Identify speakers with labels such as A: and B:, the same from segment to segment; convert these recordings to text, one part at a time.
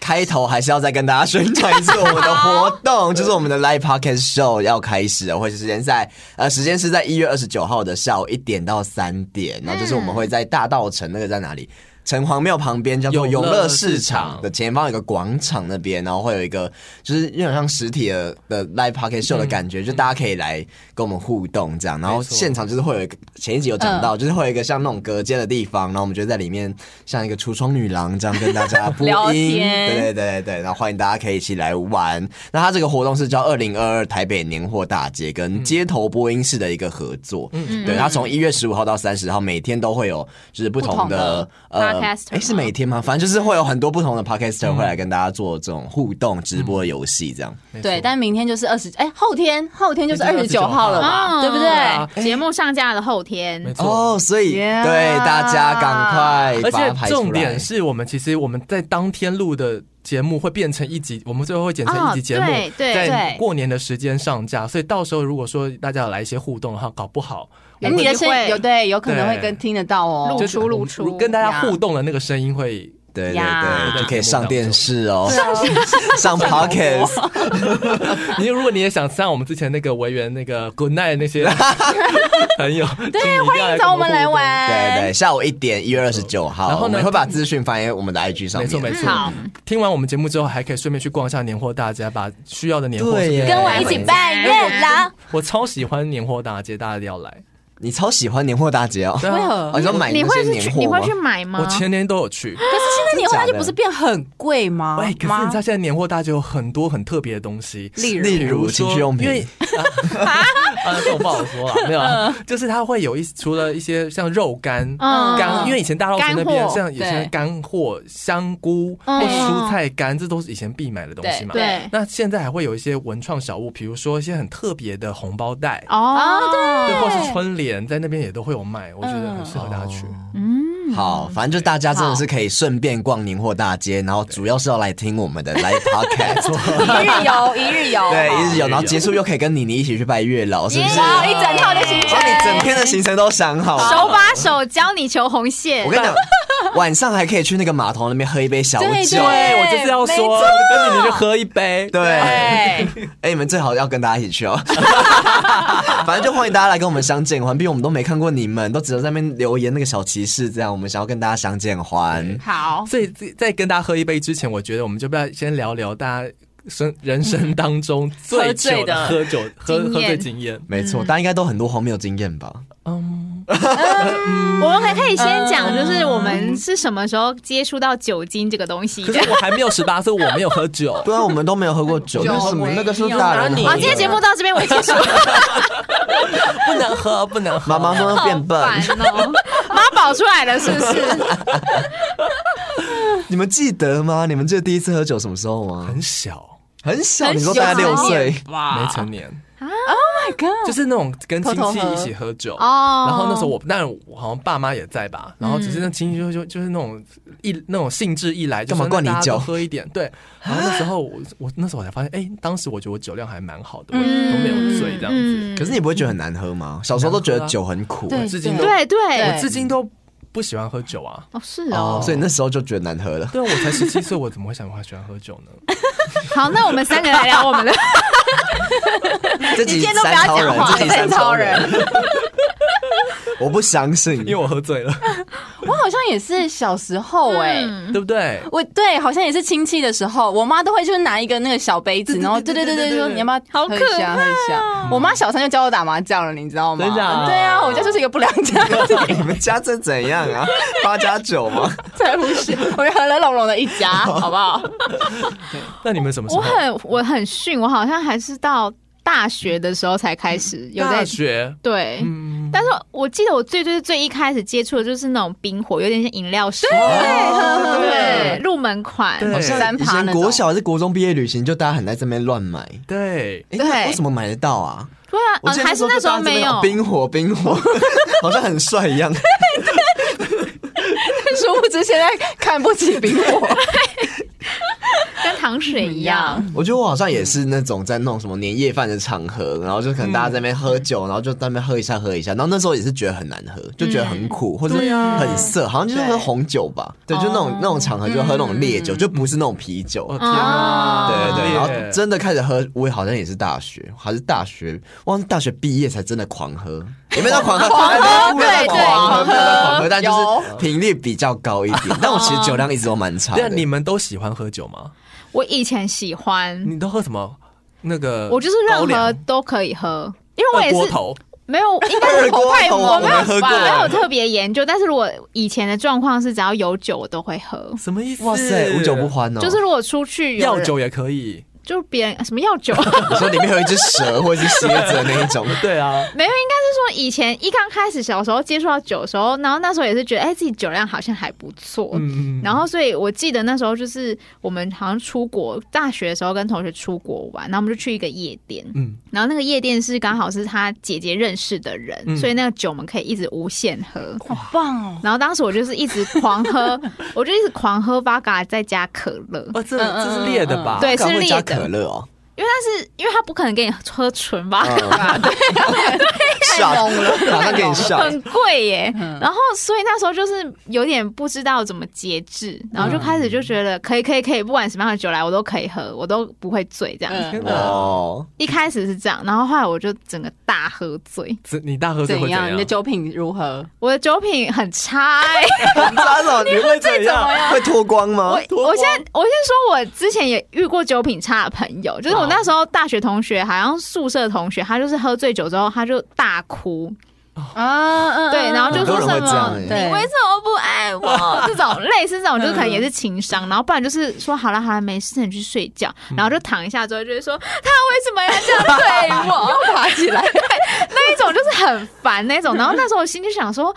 A: 开头还是要再跟大家宣传一次我们的活 动，就是我们的 Live Podcast Show 要开始了，会是时间在呃时间是在一月二十九号的下午一点到三点，然后就是我们会在大道城那个在哪里？城隍庙旁边叫做
B: 永
A: 永
B: 乐
A: 乐
B: 市
A: 市场
B: 场
A: 的前方有个广场那边，然后会有一个就是有点像实体的的 live podcast show 的感觉，就大家可以来跟我们互动这样，然后
B: 没错
A: 现场就是会有一个前一集有讲到，就是会有一个像那种隔间的地方，然后我们就在里面像一个橱窗女郎这样跟大 家播
C: 聊
A: 音，
C: 天
A: 对对对对，然后欢迎大家可以一起来玩。那它这个活动是叫二零二二台北年货大街跟街头播音室的一个合作，嗯，对，它从一月十五号到三十号每天都会有就是不
C: 不
A: 同
C: 同的
A: 的呃，
D: podcaster
A: 诶是每天吗？反正就是会有很多不同的
B: 嗯
A: podcaster 会来跟大家做这种互动直播游戏这样。
C: 对，但明天就是二十，哎，后天后天就是二十九
B: 29
C: 号了吧，对不
B: 啊
C: 对？
B: 哎
D: 对？节目上架的后天，
B: 没错。
A: 哦，所以
C: Yeah
A: 对大家赶快把
B: 而
A: 它
B: 且
A: 排出来。
B: 重点是我们其实我们在当天录的节目会变成一集，我们最后会剪成一集节目
D: 哦对，对
B: 在
C: 对
B: 过年的时间上架。所以到时候如果说大家有来一些互动的话，搞不好
C: 哎你的声
D: 有机会
C: 音有对，有可能会
B: 对
C: 跟听得到哦
D: 录。
B: 就是
D: 出露出
B: 跟大家
C: 呀
B: 互动的那个声音会。
A: 对对
D: 呀啊
A: 对，就可以上电视哦， 上 podcast。
B: 你如果你也想上我们之前那个维园那个 Good Night 那些朋友，对，欢
C: 欢迎找我们
D: 嗯
C: 来。
A: 对
C: 玩，
A: 对，下午一点，一月二十九号，
B: 然后
A: 我
B: 呢
A: 们会把资讯放在我们的 IG 上
B: 没
A: 面。
B: 错没
C: 嗯
B: 错
D: 好，
B: 听完我们节目之后，还可以顺便去逛一下年货大街，把需要的年货
A: 对
B: 顺便
A: 耶
C: 跟我
B: 买
C: 一起
B: 回来
C: 拜月啦。
B: 我超喜欢年货大街，大家一定要来。
A: 你超喜欢年货大街哦，
B: 对
C: 为
B: 啊，
C: 何？
A: 哦，你说买
D: 你
A: 那
D: 会
A: 些
D: 是
A: 年
D: 去
A: 货
D: 你
A: 吗
D: 会去？买吗？
B: 我前年都有去。
C: 可是现在年货
A: 真假
C: 它
A: 的
C: 就不是变很贵吗？
D: 啊
B: 喂，可是
C: 妈
B: 你知道现在年货大街有很多很特别的东西，
C: 例如
A: 例如情趣用
B: 因为
A: 品，
B: 啊， 这种不好说了，没有啊，就是它会有一除了一些像肉干。
D: 啊
B: 干，因为以前大稻埕那
D: 干
B: 边
D: 货
B: 像以前
C: 对
B: 干货、香菇
D: 嗯
B: 或蔬菜干，这都是以前必买的东西嘛。
D: 对
B: 那现在还会有一些文创小物，比如说一些很特别的红包袋，
C: 啊
D: 哦，
B: 对，
D: 对
B: 或是春联，在那边也都会有卖，我觉得很适合大家去。
D: 嗯，
A: 好，反正就大家真的是可以顺便逛年货大街，然后主要是要来听我们的 live podcast，
C: 一日游，一日游，
A: 对，一日
B: 一日游
A: 游，然后结束又可以跟妮妮一起去拜月老，是不是？
B: 啊
C: 哇，
A: 把
C: 一整套的行程，
A: 你整天的行程都想好了。
D: 手把手教你求红线
A: 我，跟你讲，晚上还可以去那个码头那边喝一杯小
C: 对
A: 酒
C: 对。
B: 哎对，我就是要
C: 没
B: 说
C: 错，
B: 跟你们去喝一杯。
A: 对，哎、
C: 对。
A: 你们最好要跟大家一起去哦。 反正就欢迎大家来跟我们相见欢，毕竟我们都没看过你们，都只能在那边留言那个小骑士这样。我们想要跟大家相见欢，
C: 好，
B: 所以在在跟大家喝一杯之前，我觉得我们就不要先聊聊大家生人生当中最久的喝酒喝
D: 经验
B: 喝醉经验。
A: 没错，大家应该都很多荒谬经验吧？
B: 嗯，
D: 我们还可以先讲，就是我们是什么时候接触到酒精这个东西
B: 可
D: 的
B: 是。我还没有十八岁，我没有喝酒。
A: 对啊，我们都没有喝过 酒，
C: 酒
A: 那什么
C: 没
A: 那个是
C: 有
A: 大人喝的
B: 哪
D: 好，
B: 里
D: 今天节目到这边为止，
B: 不能喝，不能喝。
A: 妈妈说变 笨，
D: 烦哦， 妈宝出来了是不是？
A: 你们记得吗？你们记得第一次喝酒什么时候吗？
B: 很小，
A: 很小，你说大概六岁，
B: 没成年，
C: My God，
B: 就是那种跟亲戚
C: 偷偷喝
B: 一起喝酒。
D: 哦
B: 然后那时候我，但我好像爸妈也在吧，然后只是那亲戚就就就是那种一那种兴致一来就
A: 干嘛
B: 说
A: 灌
B: 那
A: 你
B: 大家
A: 酒
B: 都喝一点，对。然后那时候我我那时候我才发现，哎，当时我觉得我酒量还蛮好的，我
C: 嗯
B: 都没有醉这样子。
D: 嗯
A: 可是你不会觉得很难喝吗？小时候都觉得酒很苦、欸
C: 对
B: 我至今都
D: 对对，
B: 我至今都不喜欢喝酒啊。
D: 哦是
A: 哦
D: 哦，，
A: 所以那时候就觉得难喝了。
B: 对啊，我才十七岁，我怎么会想喜欢喝酒 呢？
D: 好，那我们三个来聊我们的，
A: 这集
C: 你今天都不要
A: 三超人
C: 讲，话
A: 这集三
C: 三
A: 超
C: 超
A: 人， 我不相信，
B: 因为我喝醉了，
C: 我好像也是小时候哎、
D: 嗯
B: 对不对？
C: 我对，好像也是亲戚的时候，我妈都会就是拿一个那个小杯子，然后对对对对，说你要不要
D: 好
C: 喝一
D: 可
C: 下喝一下。我妈小三就教我打麻将了，你知道吗？
B: 真的啊
C: 对啊，我家就是一个不良家 庭，
A: 你们家这怎样啊？八加九吗？
C: 才不是，我是和乐融融的一家， 好不好？
B: 那你们什么时
D: 我
B: 候？
D: 很我很逊，我好像还是到大学的时候才开始有
B: 大
D: 在
B: 学，
D: 对。
B: 嗯，
D: 但是我记得我最最最一开始接触的就是那种冰火，有点像饮料水，
A: 对
D: 对，入门款，
B: 对
C: 好像三
A: 以
C: 趴
A: 前
C: 那
A: 国
C: 种。
A: 小还是国中毕业旅行，就大家很在这边乱买。
B: 对，
A: 诶
C: 对
A: 那为什么买得到啊？
D: 对啊，
A: 我
D: 嗯
A: 记得
D: 还是那时候没有
A: 就大家在那边哦冰火，冰火， 好像很帅一样。
C: 殊不知现在看不起苹果，
D: 跟糖水一样。
A: 我觉得我好像也是那种在那种什么年夜饭的场合，然后就可能大家在那边喝酒，然后就在那边喝一下喝一下，然后那时候也是觉得很难喝，就觉得很苦、
B: 嗯
A: 或者是
B: 啊
A: 很涩，好像就是喝红酒吧，对，就那种
B: 哦
A: 那种场合就喝那种烈酒，
B: 嗯
A: 就不是那种啤酒。
B: 我
D: 哦
B: 天啊，
A: 对对对，
B: 烈
A: 然后真的开始喝，我也好像也是大学，还是大学，忘了大学毕业才真的狂喝，也没到 狂喝，哎没有到
D: 对对
A: 狂喝，
D: 狂喝
A: 没有到狂喝，但就
C: 有
A: 是频率比较高一点。但我其实酒量一直都蛮差的
B: 啊那。你们都喜欢喝酒吗？
D: 我以前喜欢，
B: 你都喝什么？那个
D: 嗯我就是
B: 高
D: 任何
B: 粱
D: 都可以喝，因为我也
B: 二锅
D: 是
B: 头，
D: 没 有，应该
A: 二
D: 是
A: 锅头
B: 啊
D: 我没
A: 我没
D: 有
A: 喝过
D: 没有特别研究，但是如果以前的状况是只要有酒我都会喝。
B: 什么意思？
A: 哇塞，无酒不，欢哦！
D: 就是如果出去有
B: 哦药
D: 人
B: 酒也可以。
D: 就别人什么药 酒，
A: 你说里面有一只蛇或者是蝎子的那一种，
B: 对啊，
D: 没有，应该是说以前一刚开始小时候接触到酒的时候，然后那时候也是觉得哎、自己酒量好像还不错，
B: 嗯，
D: 然后所以我记得那时候就是我们好像出国大学的时候跟同学出国玩，然后我们就去一个夜店，
B: 嗯
D: 然后那个夜店是刚好是他姐姐认识的人，
B: 嗯
D: 所以那个酒我们可以一直无限喝。
C: 好棒哦！
D: 然后当时我就是一直狂 喝，我就一直狂喝 v 嘎再加可乐，
B: 哦，这
C: 嗯嗯嗯
B: 这是烈的吧？
D: 对，是
A: 干嘛会
D: 烈
A: 加
D: 的，
A: 可乐哦，
D: 因为它是因为它不可能给你喝纯 v 嘎吧，对。
A: 吓懵 了，马上哦 给你嗯笑。
D: 很贵耶。然后，所以那时候就是有点不知道怎么节制，然后就开始就觉
A: 嗯
D: 得可以，可以，可以，不管什么样的酒来，我都可以喝，我都不会醉这样。
C: 嗯
B: 天哪，
A: 哦，
D: 一开始是这样，然后后来我就整个大喝醉，
B: 这你大喝醉会
C: 怎
B: 怎
C: 样？你的酒品如何？
D: 我的酒品很差哎、
A: 扎手，你会怎样？会脱光 吗？
D: 我我先我先说，我之前也遇过酒品差的朋友，就是我那时候大学同学，好像宿舍同学，他就是喝醉酒之后，他就大哭，
C: 啊，嗯
D: 对， 然后就
A: 很多
D: 说
A: 人
D: 什
A: 会这样
D: 么
A: 欸嗯
D: 你为什么不 爱我？这种类似这种，就是可能也是情商，然后不然就是说好了好了，没事，你去睡觉，
A: 嗯
D: 然后就躺一下之后就会说他为什么要这样对我？
C: 又爬 起来，
D: 那一种就是很烦那种。然后那时候我心里想说。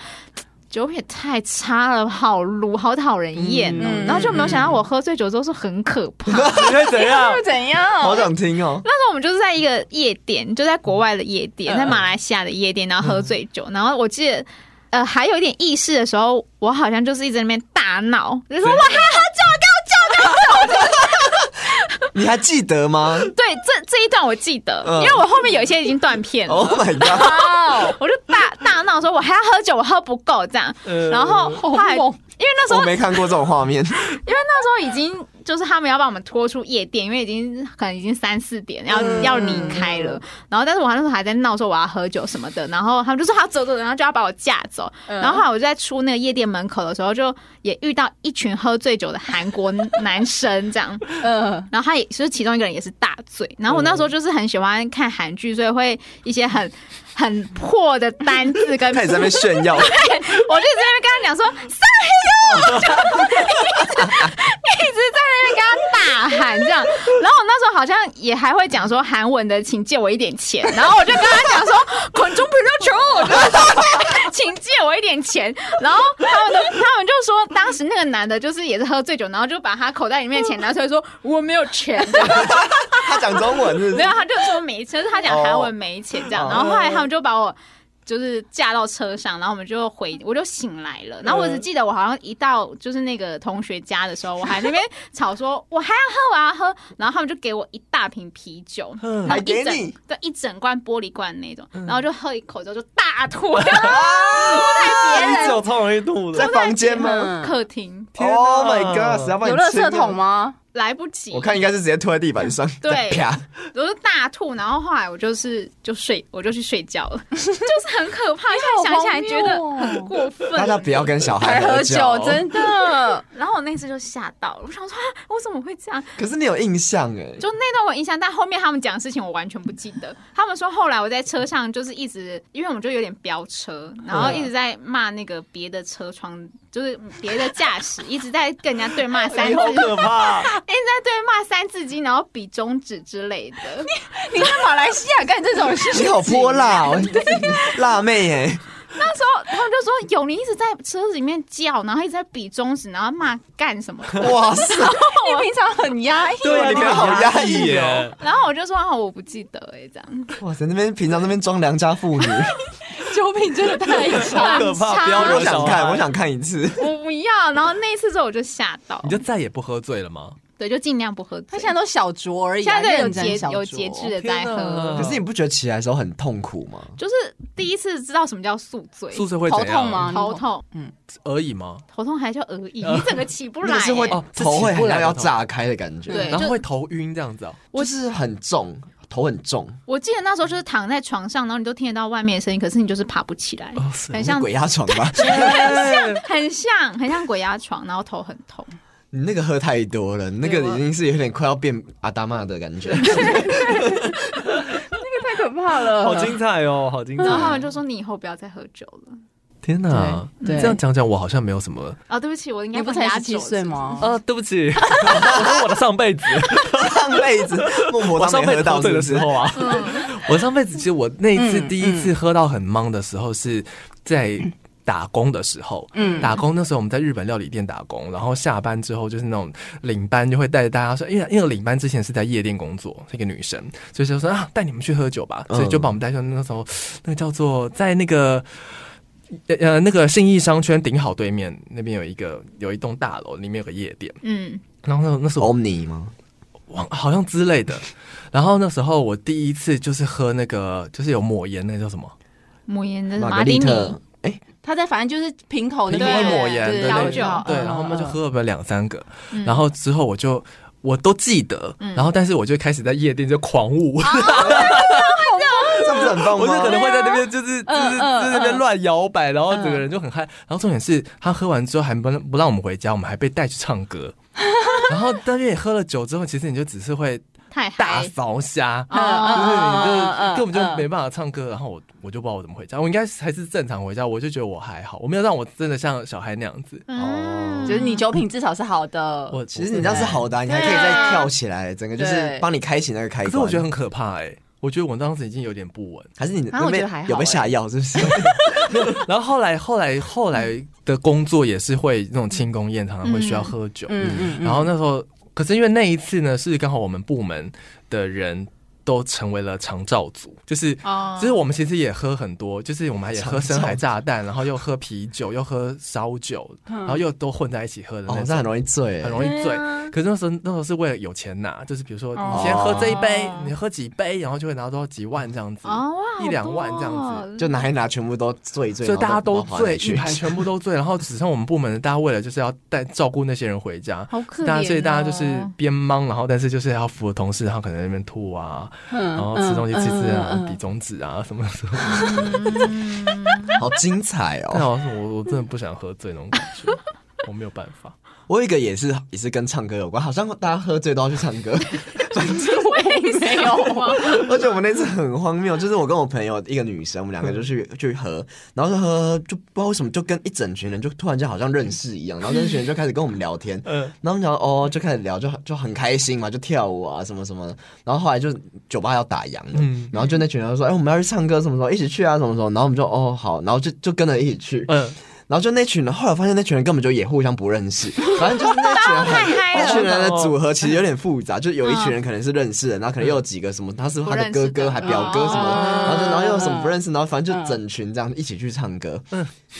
D: 酒品也太差了，好卤，好讨人厌哦、
C: 嗯
D: 然后就没有想到我喝醉酒之后是很可怕。那时
B: 你会怎样？
C: 又怎样？
A: 好想听哦。
D: 候我们就是在一个夜店，就在国外的夜店，
C: 嗯
D: 在马来西亚的夜店，然后喝醉酒。然后我记得，呃，还有一点意识的时候，我好像就是一直在那边大闹，就说哇，
A: 你还记得吗
D: 对，这这一段我记得，
A: 嗯
D: 因为我后面有一些已经断片了。
A: ？Oh my god！
C: 哦
D: 我就大大闹说，我还要喝酒，我喝不够这样。
C: 嗯
D: 然后后来，因为那时
A: 我
D: 候，因为
A: 没看过这种画面，
D: 那时候已经就是他们要把我们拖出夜店，因为已经可能已经三四点，要、要离开了。然后，但是我那时候还在闹说我要喝酒什么的，然后他们就说好走走，走然后就要把我架走。然后后来我就在出那个夜店门口的时候，就也遇到一群喝醉酒的韩国男生这样。
C: 嗯，
D: 然后他也就是其中一个人也是大醉，然后我那时候就是很喜欢看韩剧，所以会一些很很破的单 字跟，
A: 开始在那边炫耀。
D: 我就一直在那边跟他讲说“上 黑哟”，就一直一直在那边跟他大喊这样。然后我那时候好像也还会讲说韩文的，请借我一点钱。然后我就跟他讲说“滚中不要球”， 请借我一点钱。然后他们的他们就说，当时那个男的就是也是喝醉酒，然后就把他口袋里面的钱拿出来说“我没有钱”这样。
A: 他讲中文是不
D: 没
A: 是
D: 有，？他就说没钱，就是他讲韩文没钱这样。然后后来他们就把我就是架到车上，然后我们就回，我就醒来了。然后我只记得我好像一到就是那个同学家的时候，我还在那边吵说，我还要喝，我要喝。然后他们就给我一大瓶啤酒，
B: 嗯
D: 然后
A: 还给
D: 一整
A: 你
D: 对一整罐玻璃罐那种，然后就喝一口之后就大吐，吐在别人
B: 酒超容易吐
A: 在
B: 的。
A: 房间吗
C: 嗯
D: 客厅，
B: 天哪
A: ？Oh my god！谁要帮你
C: 有垃圾
A: 清啊
C: 桶？吗？
D: 来不及，
A: 我看应该是直接拖在地板上，
D: 对
A: 再 啪，
D: 我就大吐，然后后来我就是就睡，我就去睡觉了， 就是很可怕。
C: 哎
D: 现在想起来觉得
C: 哦
D: 很过分。
A: 大家不要跟小孩
C: 还喝酒，真的。
D: 然后我那次就吓到了，我想说、啊、我怎么会这样？
A: 可是你有印象哎，
D: 就那段我印象，但后面他们讲的事情我完全不记得。他们说后来我在车上就是一直，因为我们就有点飙车，然后一直在骂那个别的车窗，就是别的驾驶，一直在跟人家对骂
A: 哎
D: 三字，一直
B: 好可怕！
D: 在对骂三字经，然后比中指之类的。
C: 你在马来西亚干这种事情，
A: 你好泼辣哦，辣妹哎，
D: 那时候他们就说有你一直在车子里面叫，然后一直在比中指，然后骂干什么的。
A: 哇塞，
C: 你平常很压抑，
B: 对啊，
A: 你们好压抑耶！
D: 然后我就说啊，我不记得哎、欸，这样
A: 哇塞，那边平常那边装良家妇女，
C: 酒品真的太
B: 好
C: 差。
B: 可怕！
D: 很
B: 不要
D: 差
B: 惹
A: 我
B: 小
A: 想
B: 孩
A: 看，我想看一次。
D: 我不要。然后那一次之后我就吓到
B: 你，就再也不喝醉了吗？
D: 对，就尽量不喝醉。
C: 他现在都小酌而已啊，
D: 现在有
C: 认真
D: 节
C: 小酌
D: 有节制的在
B: 天
D: 喝
B: 哪，
A: 可是你不觉得起来的时候很痛苦吗？
D: 就是第一次知道什么叫宿醉，
B: 宿舍会
C: 头
B: 怎样？
C: 痛吗？
D: 头痛，
B: 而已吗？
D: 头痛还叫而已，你啊整个起不来、
A: 那个是会
D: 欸
B: 哦自己
A: 头会
B: 不
A: 好像
B: 来的
A: 要
B: 痛
A: 炸开的感觉，
D: 对
B: 然后
D: 就
B: 会头晕这样子哦。
A: 我是很重，头很重，
D: 我记得那时候就是躺在床上，然后你都听得到外面的声音，可是你就是爬不起来，
B: 哦，
C: 哎
B: 是
D: 很
A: 是
D: 像
A: 鬼压床吧？
D: 很像很像鬼压床，然后头很痛。
A: 你那个喝太多了，那个
C: 对我
A: 已经是有点快要变阿达玛的感觉。
C: 太可怕了
B: 好精彩哦，好精
D: 然后他
B: 彩！
D: 们就说你以后不要再喝酒了。
B: 天哪，
C: 对
B: 这样讲讲我好像没有什么
D: 哦，对不起，我应该
C: 你不
D: 帮
C: 才
D: 压
C: 十
D: 酒
C: 七岁？吗？
B: 啊，对不起， 我说我的上辈子，
A: 上辈子孟婆
B: 我
A: 汤
B: 上
A: 没
B: 辈
A: 喝
B: 子喝
A: 到
B: 醉
A: 是
B: 的
A: 不是
B: 时？候啊， 我上辈子其实我那一次
C: 嗯
B: 第一次喝到很懵的时候是在。打工的时候，嗯，打工那时候我们在日本料理店打工，然后下班之后就是那种领班就会带着大家说，因为因为领班之前是在夜店工作，是一个女生，所以就说啊带你们去喝酒吧，
A: 嗯
B: 所以就把我们带去那时候那个叫做在那个呃呃那个信义商圈顶好对面那边有一个有一栋大楼，里面有个夜店，
D: 嗯，
B: 然后那那时候我
A: Omni 吗？
B: 忘好像之类的。然后那时候我第一次就是喝那个，就是有抹盐，那个叫什么？
D: 母岩的
A: 玛
D: 马
A: 格
D: 丁
A: 丽
D: 尼，
A: 特，哎，
C: 他在反正就是瓶口哦那
B: 苹
C: 边
D: 瓶口
B: 果抹盐
C: 对
B: 的
D: 调
B: 那
D: 酒
B: 个。对，
C: 嗯
B: 然后我们
C: 嗯
B: 就喝了两三个，然后之后我就。我都记得，
C: 嗯
B: 然后但是我就开始在夜店就狂舞，
C: 啊
A: 这样不是很棒
B: 我就可
A: 吗？
B: 能会在那边就是就是就是
C: 嗯
B: 在那边乱摇摆，然后整个人就很嗨。然后重点是他喝完之后还不不让我们回家，我们还被带去 唱歌。然后但是也喝了酒之后，其实你就只是会
D: 太
B: 大
D: 嗨。
B: 勺虾，
D: 嗯
B: 就是你
C: 嗯
B: 就根本就没办法唱歌，然后我我就不知道我怎么回家，我应该还是正常回家，我就觉得我还好，我没有让我真的像小孩那样子。哦
D: 嗯，
C: 就是你酒品至少是好的。
B: 我
A: 其实你这样是好的啊，你还可以再跳起来，整个就是
C: 对
A: 帮你开启那个开
B: 可
A: 关。，
B: 是我觉得很欸可怕哎、我觉得我当时已经有点不稳
A: 还是你
C: 啊
A: 那
C: 我觉
A: 边
C: 得还好
A: 有被下药是 不是？
B: 然后后来后来后来的工作也是会那种庆功宴，常常会需要喝酒，
C: 嗯嗯嗯
B: 然后那时候可是因为那一次呢是刚好我们部门的人。都成为了长照组，就是
D: 哦
B: 就是我们其实也喝很多，就是我们还也喝
A: 长照
B: 深海 炸弹，然后又喝啤酒，又喝烧酒，然后又都混在一起喝的
A: 哦
B: 那，
A: 这
B: 种，
A: 很容易醉，
B: 很容易
D: 嗯对
B: 醉。
D: 啊
B: 可是那时候那时候是为了有钱拿，就是比如说
D: 哦
B: 你先喝这一杯
D: 哦，
B: 你喝几杯，然后就会拿到几万这样子，
D: 哦哇，哦
B: 一两万这样子。
D: 子
A: 就拿一拿，全部都醉一醉，
B: 所以大家
A: 然
B: 都
A: 后滑
B: 醉，
A: 下去
B: 一排全部都醉，然后只剩我们部门的大家为了就是要带照顾那些人回家，
D: 好可怜哦哦
B: 大家所以大家就是边忙，然后但是就是要扶着同事，然后可能在那边吐啊，
C: 嗯
B: 然后吃东西吃吃啊，
C: 嗯嗯嗯
B: 比中指啊什么什么。
D: 哦
A: 好精彩
B: 但
A: 哦！
B: 好像是我我真的不想喝醉那种感觉，我没有办 法。
A: 我有一个也是也是跟唱歌有关，好像大家喝醉都要去唱歌。
D: 没 有啊，
A: 而且我们那次很荒谬，就是我跟我朋友一个女生，我们两个就去去喝，然后就喝喝，就不知道为什么就跟一整群人就突然间好像认识一样，然后那群人就开始跟我们聊天，
B: 嗯
A: 然后我们讲哦就开始聊，就很就很开心嘛，就跳舞啊什么什么的，然后后来就酒吧要打烊了，
B: 嗯
A: 然后就那群人就说哎我们要去唱歌什么时候一起去啊什么时候，然后我们就哦好，然后就就跟着一起去，
B: 嗯，
A: 然后就那群人，后来发现那群人根本就也互相不认识，反正就是那群人很
D: 太嗨了
A: 那群人的组合其实有点复杂，就是有一群人可能是认识的，然后可能又有几个什么他是他的哥
D: 不认识
A: 哥
D: 的嗯
A: 还表哥什么的，然
C: 哦
A: 后就然后又有什么不认识，然后反正就整群这样一起去唱歌，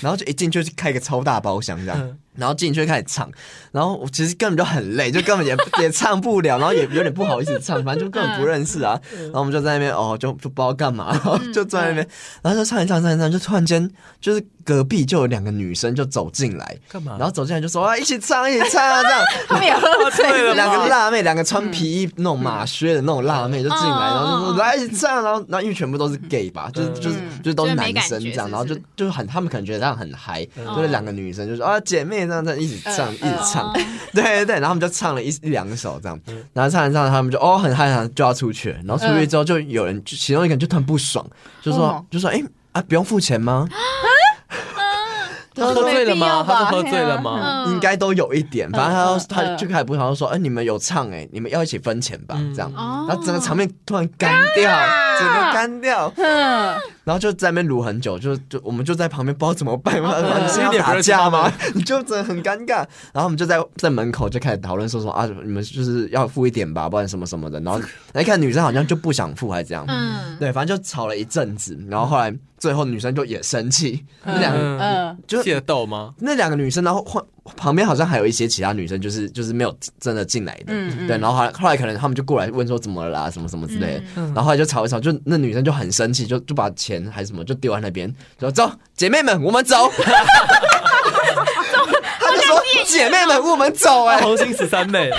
A: 然后就一进去就开一个超大包厢这样。然后进去就开始唱，然后我其实根本就很累，就根本也也唱不了，然后也有点不好意思唱，反正就根本不认识啊。然后我们就在那边哦，就就不知道干嘛，然后就坐在那边，然后就唱一唱唱一唱，就突然间就是隔壁就有两个女生就走进来，
B: 干嘛？
A: 然后走进来就说啊一起唱一起唱啊这样，
C: 他们也喝醉 了
A: 两个
C: 吗，
A: 辣妹，两个穿皮衣、那种马靴的那种辣妹就进来，
D: 嗯
A: 然后就
D: 嗯嗯嗯
A: 说来一起唱，然后然后因为全部都是 gay 吧，就是就是就是都是男生这样，
D: 就是没感
A: 然
D: 觉
A: 后就是
D: 不
A: 就是很他们可能觉得这样很嗨，就是两个女生就说啊姐妹这样这样一起唱
C: 嗯
A: 一起唱
D: 嗯，
A: 对对对，然后他们就唱了一一两首这样，然后唱着唱着他们就哦很嗨很嗨就要出去了，然后出去之后就有人就
D: 嗯
A: 其中一个人就突然不爽，就
C: 为什
A: 说
C: 么
D: 啊
A: 就说哎啊不用付钱吗？
B: 他喝醉了吗？他是喝醉了
D: 对
B: 吗？
D: 啊
A: 应该都有一点，反正
C: 嗯嗯嗯
A: 他他
C: 嗯
A: 就开始不想说，哎，你们有唱哎，你们要一起分钱吧，
B: 嗯
A: 这样，
D: 哦
A: 然后整个场面突然干掉，
C: 啊
A: 整个干掉，
C: 嗯，
A: 然后就在那边撸很久，就就我们就在旁边不知道怎么办，我
C: 嗯
A: 们是要
B: 这一点不
A: 打
B: 是
A: 架
B: 他们
A: 吗？ 你就真的很尴尬。然后我们就在在门口就开始讨论说什么啊，你们就是要付一点吧，不然什么什么的。然后来看女生好像就不想付，还是怎样？
D: 嗯，
A: 对，反正就吵了一阵子，然后后来最后女生就也生气，那两个
C: 嗯
A: 就
B: 械 斗吗？
A: 那两个女生，然后换旁边好像还有一些其他女生，就是就是没有真的进来的，
C: 嗯嗯
A: 对，然后后来后来可能他们就过来问说怎么了啦、什么什么之类
C: 嗯
A: 的，然后后来就吵一吵，就那女生就很生气，就就把钱还是什么就丢在那边，说走，姐妹们，我们 走。她就说：“姐妹们，我们走 哎、
B: 红星十三妹，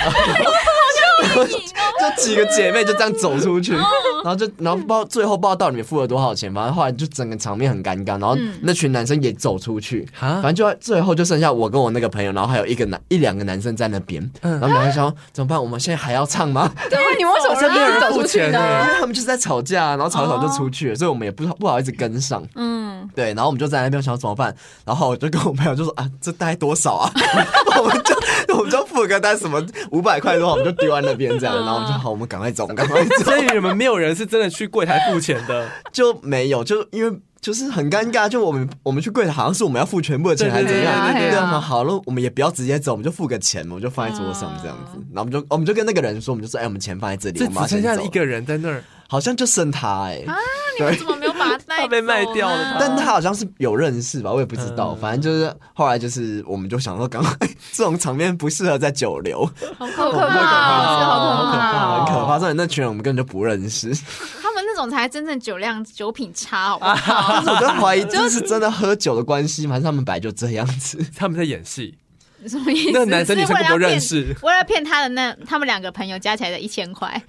C: 哦
A: 就几个姐妹就这样走出去，然后就然后不知道最后不知道到底付了多少钱，反正后来就整个场面很尴尬，然后
C: 嗯
A: 那群男生也走出去，
B: 啊
A: 反正就最后就剩下我跟我那个朋友，然后还有一个男一两个男生在那边，然后两个想说怎么办？我们现在还要唱吗？
C: 对，你为什么
B: 没有人
C: 走
B: 付
C: 出去
B: 钱
C: 呢？
A: 因
B: 呢
A: 为他们就是在吵架，然后吵一吵就出去了，所以我们也不不好意思跟上。
D: 嗯，
A: 对，然后我们就在那边想怎么办，然后我就跟我朋友就说啊，这大概多少啊？ 我们就我们就付个单什么五百块的话，我们就丢在那边这样，然后我们就好，我们赶快走，我们赶快走。
B: 所以你们没有人是真的去柜台付 钱的，
A: 就没有，就因为就是很尴尬，就我们我们去柜台好像是我们要付全部的钱还是怎样？
D: 对对对对对
A: 我们好了，我们也不要直接走，我们就付个钱嘛，我们就放在桌上这样子。然后我们就我们就跟那个人说，我们就说，哎，我们钱放在这里，
B: 这
A: 我们要
B: 只
A: 先
B: 剩下
A: 走
B: 一，个人在那儿，
A: 好像就剩他哎、
D: 你们怎么没有把它带？
B: 他被卖掉了他
A: 但他好像是有认识吧，我也不知道。
B: 嗯
A: 反正就是后来就是我们就想说，赶快这种场面不适合在久留，
D: 好可
C: 好可怕
D: 啊是
C: 好
D: 好
C: 可
D: 可
C: 怕
D: 怕。
A: 很可怕。所以那群人我们根本就不认识，
D: 他们那种才真正酒量、酒品差，好不好？
A: 但是 我在怀疑这是真的喝酒的关系吗？还是他们本来就这样子？
B: 他们在演戏，
D: 什么意思？
B: 那个男生女生根本不认识
D: 是为了要骗。为了骗他的那他们两个朋友加起来的一千块，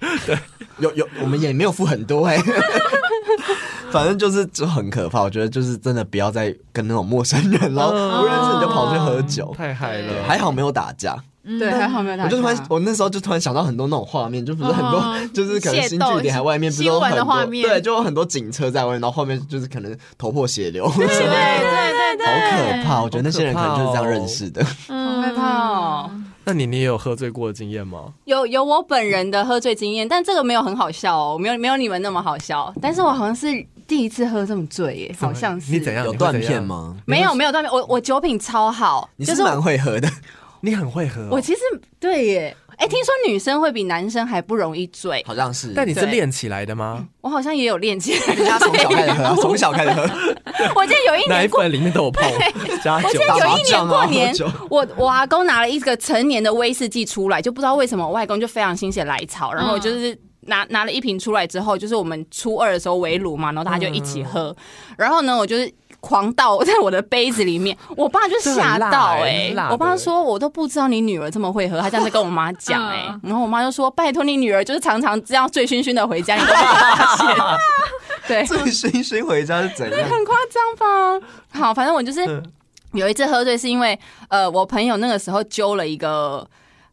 A: 有有，我们也没有付很多哎、反正就是就很可怕。我觉得就是真的不要再跟那种陌生人 然后
B: 嗯哦
A: 不认识你就跑去喝酒。
B: 太嗨
A: 对
B: 了，
A: 还好没有打架，
C: 对，
D: 嗯
C: 还好没有打
A: 我
C: 架。
A: 就突然，我那时候就突然想到很多那种画面，就不是很多，
D: 嗯
A: 就是可能新
D: 械斗
A: 据点还外面不是有
D: 新闻
A: 很
D: 的
A: 多
D: 画面
A: 对，就有很多警车在外面，然后后面就是可能头破血流什么
D: 对
A: 的，
D: 对对对，
A: 好可怕。我觉得那些人可能就是这样
B: 好可怕哦
A: 认识的。
D: 嗯
C: 好害怕哦。
B: 那你你也有喝醉过的经验吗？
C: 有有我本人的喝醉经验，但这个没有很好笑哦，没有没有你们那么好笑。但是我好像是第一次喝这么醉耶，好像是
B: 你怎？样？
A: 有
B: 你会
A: 断
B: 怎样
A: 片？吗？
C: 没有没有断片，我我酒品超好，
A: 你
C: 就是
A: 蛮会喝的，
B: 你很会喝哦，
C: 我其实对耶。哎，听说女生会比男生还不容易醉，
A: 好像是。
B: 但你是
C: 对
B: 练起来的吗？
C: 我好像也有练起来。
A: 人家从小开始喝啊，从小开始喝。
C: 我记得有一
B: 奶
C: 年过，
B: 粉里面都有泡加
C: 我记
B: 酒
C: 得，有
A: 打麻
C: 一年过
A: 将啊
C: 年
A: 喝酒，
C: 我我阿公拿了一个成年的威士忌出来，就不知道为什么我外公就非常心血来潮，然后
B: 嗯
C: 我就是。拿拿了一瓶出来之后，就是我们初二的时候围炉嘛，然后大家就一起
B: 嗯
C: 喝。然后呢，我就是狂倒在我的杯子里面，我爸就吓到
B: 这很辣欸
C: 哎、
B: 很辣的
C: 我爸说我都不知道你女儿这么会喝，他这样子跟我妈讲哎、
D: 嗯
C: 然后我妈就说拜托你女儿就是常常这样醉醺醺的回家，你都没发 现。对，
A: 醉醺醺回家是怎样？
C: 很夸张吧？好，反正我就是
B: 嗯
C: 有一次喝醉，是因为呃，我朋友那个时候揪了一个。